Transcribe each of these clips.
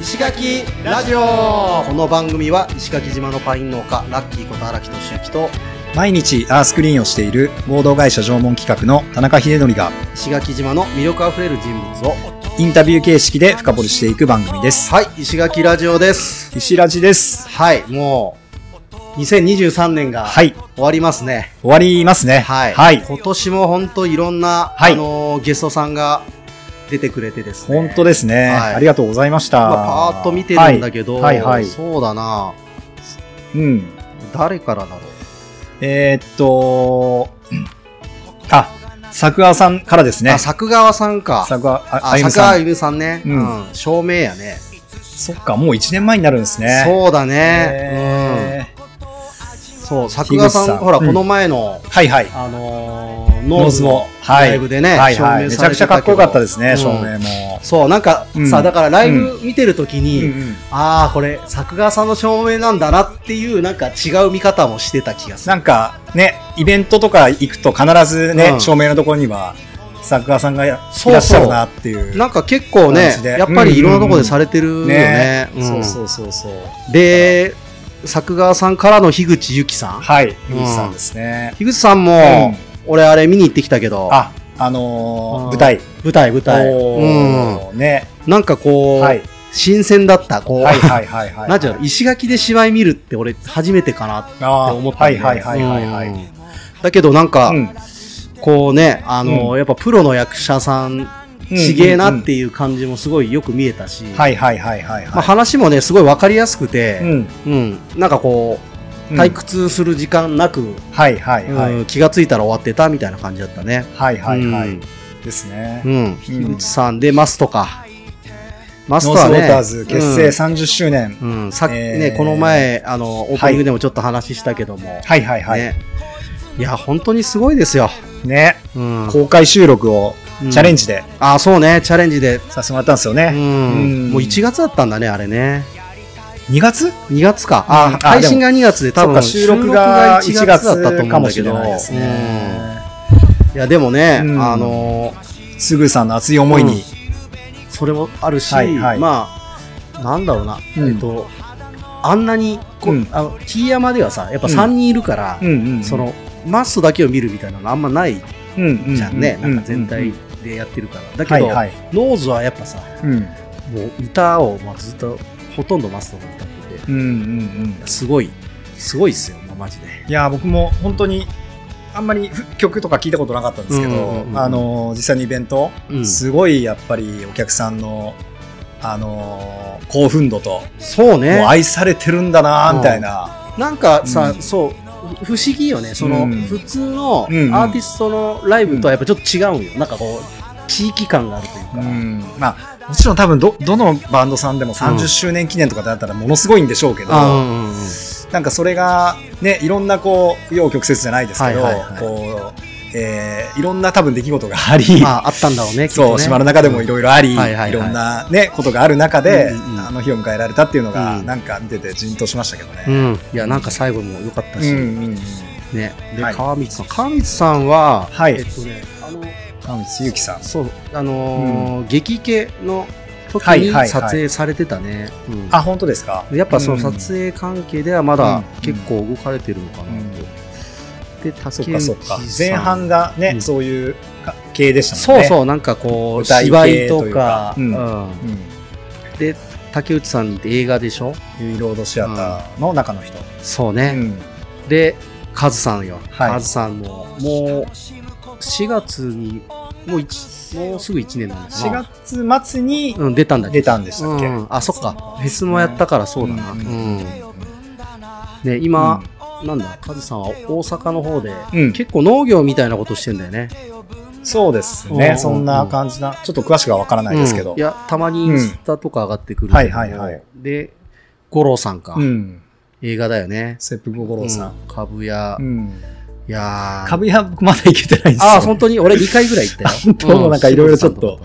石垣ラジオこの番組は石垣島のパイン農家ラッキーこと荒木俊之と毎日アースクリーンをしている合同会社縄文企画の田中秀則が石垣島の魅力あふれる人物をインタビュー形式で深掘りしていく番組です。はい石垣ラジオです石ラジです。はいもう2023年がはい。終終わりますねわりますね。はい、はい。今年も本当いろんな、はいあのーゲストさんが出てくれてですね本当ですね、はいありがとうございまし今た。パーッと見てるんだけど、はいはいはいそうだなはい。うん。誰からだろうえーっと、うんあ、作川さんからですねあ。作川さんか作川あ、ああゆみ作川さあん。ゆみさんね、ううんん照明やねそっか、もう1年前になるんですね。そうだね、えーうん、そう作川さん樋口さんほら、うんこの前の、はいはい。あのーノノーーズズのも、ライブでね、はい照はい。明めちさゃれくてちゃかっこよかったですうね、ん照明も。そうなんか、うんさだからライブ見てる時うに、ん。ああこれ作川さんの照明なんだなっていうなんか違う見方もしてた気がするなんかね、イベントとか行くと必ずね、うん照明のところには、作家さんがいらそうそうっしゃるなっていう。なんか結構ね感じでやっぱりいろんなところでされてるよね,、うんそうそうそうそう。で作川さんからの樋口由紀さんはい、ゆうさんですね。樋口さんも、うん俺あれ見に行ってきたけどあ、あのーうん舞台。舞台舞台、うん、おーね。なんかこう、はい。新鮮だったこう、はいはいはいはい。なんていうの石垣で芝居見るって俺初めてかなってあー思ったんはでいはいはいはいはうい。んだけどなんか、うんこうねあの、うやっぱプロの役者さんちげえなっていう感じもすごいよく見えたし、はいはいはいはいまあ、は話もねすごい分かりやすくい。て、ん。うんなんかこう退屈する時間なく、うん。はいはいはい。うん気がついたら終わってたみたいな感じだったね。はいはいはういん。ですねう。ん、樋口さんでマスとか、マスノとースウはォね、ーターズ結成30周年。うんうんさっきね、えーこの前あのオープニングでもちょっと話したけども、はいはいはい。ね、いや本当にすごいですよ。ね、うん、公開収録をチャレンジであそうねチャレンジで、させてもらったんですようね。んうんもう1月だったんだねあれね2月2月か、うんああ配信が2月で多そっか分収録が収1録が月1だったと思かうんもだしけれどないですうんね。いやでもね、うんあのつぐさんの熱い思いに。それもあるし、はいはいまあなんだろうな、うんえっとあんなにこう、うんあの T 山ではさやっぱうん3人いるから、うんうんうんそ、のマストだけを見るみたいなのあんまないじじゃんね、なんか全体でやってるから、だけはいど、はい。ノーズはやっぱさうんもう歌をまあずっとほとんどマストが歌っててうんうんうん。すごい、すごいっすよ、もうマジで。いや、僕も本当に、あんまりふ曲とか聞いたことなかったんですけうんうんどう、んあのー、実際のイベント、うんすごいやっぱりお客さんの、あのー、興奮度と、そうもうね。愛されてるんだなーみたいな。なんかさ、うんそう、ふ不思議よね。その、うん普通のアうんうんーティストのライブとはやっぱちょっと違うんよ。なんかこう、地域感があるといううか。んまあ、もちろん多分ど、どのバンドさんでもうん30周年記念とかだったらものすごいんでしょうけど、あうんうんうんなんかそれが、ね、いろんなこう、要曲折じゃないですけど、はいはいはいこう、えーいろんな多分出来事があり、まあ、あったんだろうね、きっとそう、ね島の中でもいろいろあうり、んはいはいはいいろんなね、ことがある中で、うんうんうんあの日を迎えられたっていうのが、うんなんか見ててじんとしましたけどうね。ん。いや、なんか最後も良かったし、うんうんうんね。で、はい川光さん。川光さんは、はいえっとね、あの、川光ゆきさん。そう、あのー劇系の時はいはいはにい撮影されてたね。うんあ、本当ですかやっぱそのうん撮影関係ではまだ結構動かれてるのかなと。うんで、竹そっ内かさそんっか。前半がね、うんそういう系でしたもんそうね。そう、なんかこう、舞台系芝居とというかか、うんうんうん。で、竹内さんにって映画でしょユイロードシアターの中の人。そううね。ん。で、カズさんよ。はいカズさんも、もう、4月に、もう一、もうすぐ1年なんですな4月末にうん、出たんだけ出ど。たんでしたっけ、うんあ、そっか。フェスもやったからそうだな。ううんん。ね、今、なんだ、カズさんは大阪の方で、うん結構農業みたいなことしてんだよね。そうですうんうんうねん。そんな感じな。ちょっと詳しくはわからないですけど。うんいや、たまにインスタとか上がってくる、うんはいはいはい。で、五郎さんか、うん。映画だよね。セップゴゴロウさん。うん。株屋。ういん。やー株屋僕まだ行けてないんですよ。ああ、本当に俺2回ぐらい行ったよ。 本当なんかいろいろちょっと。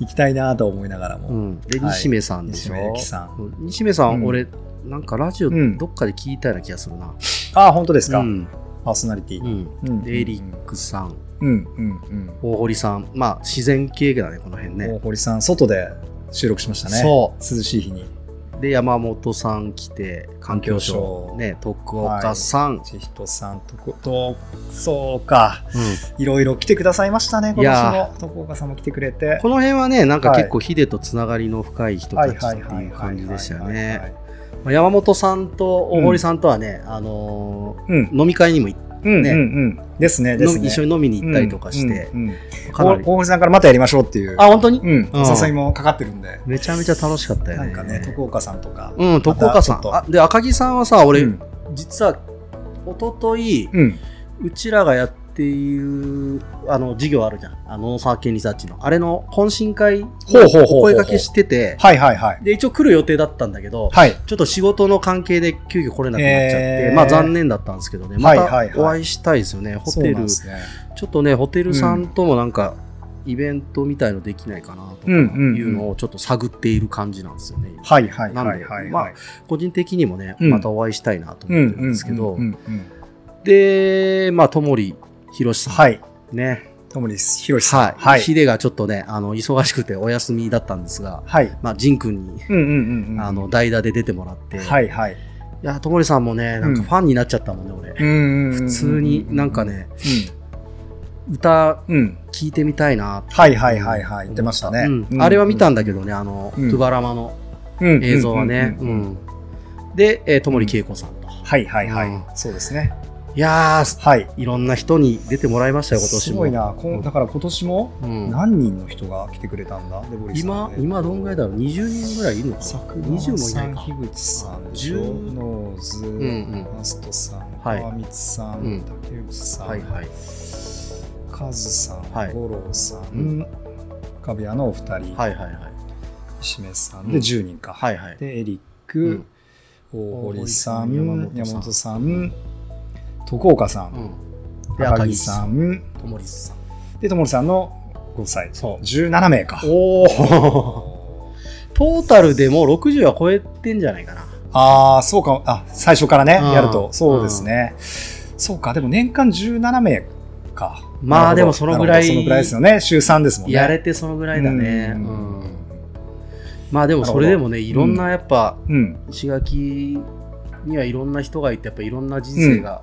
行きたいなと思いながらうも。ん。で、はい西目さんでしょ。西銘ゆきさんう。西目さん、うん俺、なんかラジオうんどっかで聞いたような気がするな。ああ、本当ですか。うん。パーソナリティう。ん。うんで、エリックさん、うんうんうん。大堀さん。まあ、自然系だね、この辺ね。大堀さん、外で収録しましたね。。そう涼しい日に。で、山本さん来て、環境省、ね、徳岡さん、千人さんとこと、そうか。うんいろいろ来てくださいましたね、い今やー年も。徳岡さんも来てくれて。この辺はね、なんかはい結構ヒデとつながりの深い人たちっていう感じでしたよね。。まあ山本さんと大堀さんとはね、あのうん。ー飲み会にも行っうん、ねうん、うん。ですね、です飲みね。一緒に飲みに行ったりとかして、うんうんうんかなおり。大堀さんからまたやりましょうっていう。あ、本当に、うん。うんお誘いもかかってるんで。めちゃめちゃ楽しかったよなね。んかね、徳岡さんとか。うん、徳岡さまたんちょ。っとあで、赤木さんはさ、俺、うん実は、一昨日、うん。うちらがやっている、あの、事業あるじゃん。あの、サーケンリサーチの。あれの懇親会、ほうほうほうほうお声掛けしてて、はいはいはい。で、一応来る予定だったんだけど、はい。ちょっと仕事の関係で急遽来れなくなっちゃって、へーまあ残念だったんですけどね、まはいはいはいたお会いしたいですよね。ホそうテなんル、ですね。ちょっとね、ホテルさんともなんか、イベントみたいのできないかなとかうんうんうんいうのをちょっと探っている感じなんですよね。今はいはいなはんいではい。まあ個人的にもね、うんまたお会いしたいなとうん思っうてんるんですけど、うんうんで、まあ、ともりひろしさん、はい。ね、ともりひろしさはい、ん。はい。ヒデがちょっとね、あの忙しくてお休みだったんですが、はい。まあ、ジン君に、うんうんうんうん。あの、代打で出てもらって、、はいいはい。や、ともりさんもね、なんかファンになっちゃったもんね、俺。普普通になんか。ね、歌うん。うん。聴いてみたいなってはいはいはいはい。言ってましたねうん。あれは見たんだけど、どね、あの、うんトゥバラマのうん映像はね。ううんうんうんうんんで、えー、ともりけいこさんと。はいはいはうんい。そうですね。いやー、はい。いろんな人に出てもらいましたよ、今年も。すごいな。こんだから今年もうん何人の人が来てくれたんだデボリーさ今ん、で。今どんぐらいだろう ?20 人ぐらいいるのかな昨 ?20 もいなさいん、か。樋口さん、ジ十ョーノーズ、んうんマストさん、はい川光さ、うんん竹内さはいん、はい。カズさん、はい五郎さ、うんカビアのお二人、はいはいはい。しめさんうでん10人か。はいはい。で、エリッうクん、大堀さ大ん、堀山さん本山本さん、徳岡さ、うんん。で、赤赤木木ささん、ん、ともりさん。で、ともりさんの5歳。そう17名か。おおトータルでもう60は超えてんじゃないかな。ああ、そうか。あ、最初からね、うんやると。そうですね。そうか。でも年間17名か。まあなるほどでもそのぐらいなるほどそのぐらいですよね。週3ですもんね。やれてそのぐらいだね。うんまあでもそれでもね、いろんなやっぱ、うん。石垣にはいろんな人がいて、やっぱいろんな人生が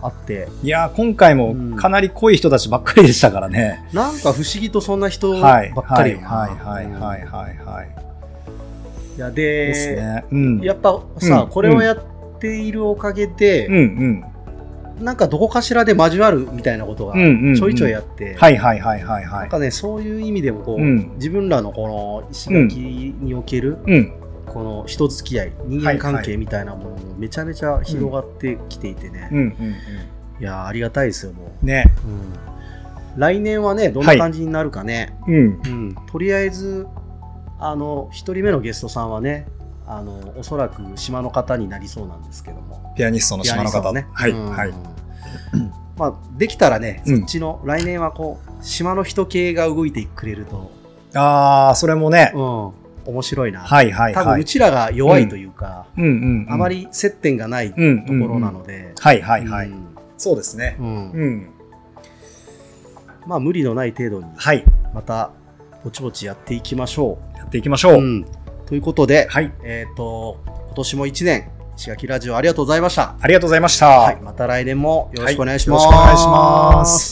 あって、いやー、今回もかなり濃い人たちばっかりでしたからね。なんか不思議とそんな人ばはい。っかりよな。はいはいはいはいはいはい。いやですで、ね。うん。やっぱさ、うんこれをやっているおかげでうん、うん。なんかどこかしらで交わるみたいなことがうんうんうんちょいちょいやって、はいはいはいはいはなんい。かねそういう意味でもこう、うん自分らのこの石垣におけるうん。この人付き合い人間関係みたいなものもめちゃめちゃ広がってきていてね、うんうんうん。いやーありがたいですよもね。う、うん来年はねどんな感じになるかね、うん。うん、とりあえずあの1人目のゲストさんはねあのおそらく島の方になりそうなんですけどもピアニストの島の方ね。はいうんはい。まあ、できたらね、うんそっちの、来年はこう、島の人系が動いてくれると、ああ、それもね。うん、面白いな。はいはい多は分、。いうちらが弱いというか、うんうんうんあまり接点がないとうんころなので、はいはいはい、うんそうですねうんうんまあ、無理のない程度に、はいまた、ぼちぼちやっていきましょやっていきましょう、う。うんということで、はいえっ、と、今年も1年、石垣ラジオありがとうございました。ありがとうございました、はい、また来年もよろしくお願いします。はいよろしくお願いします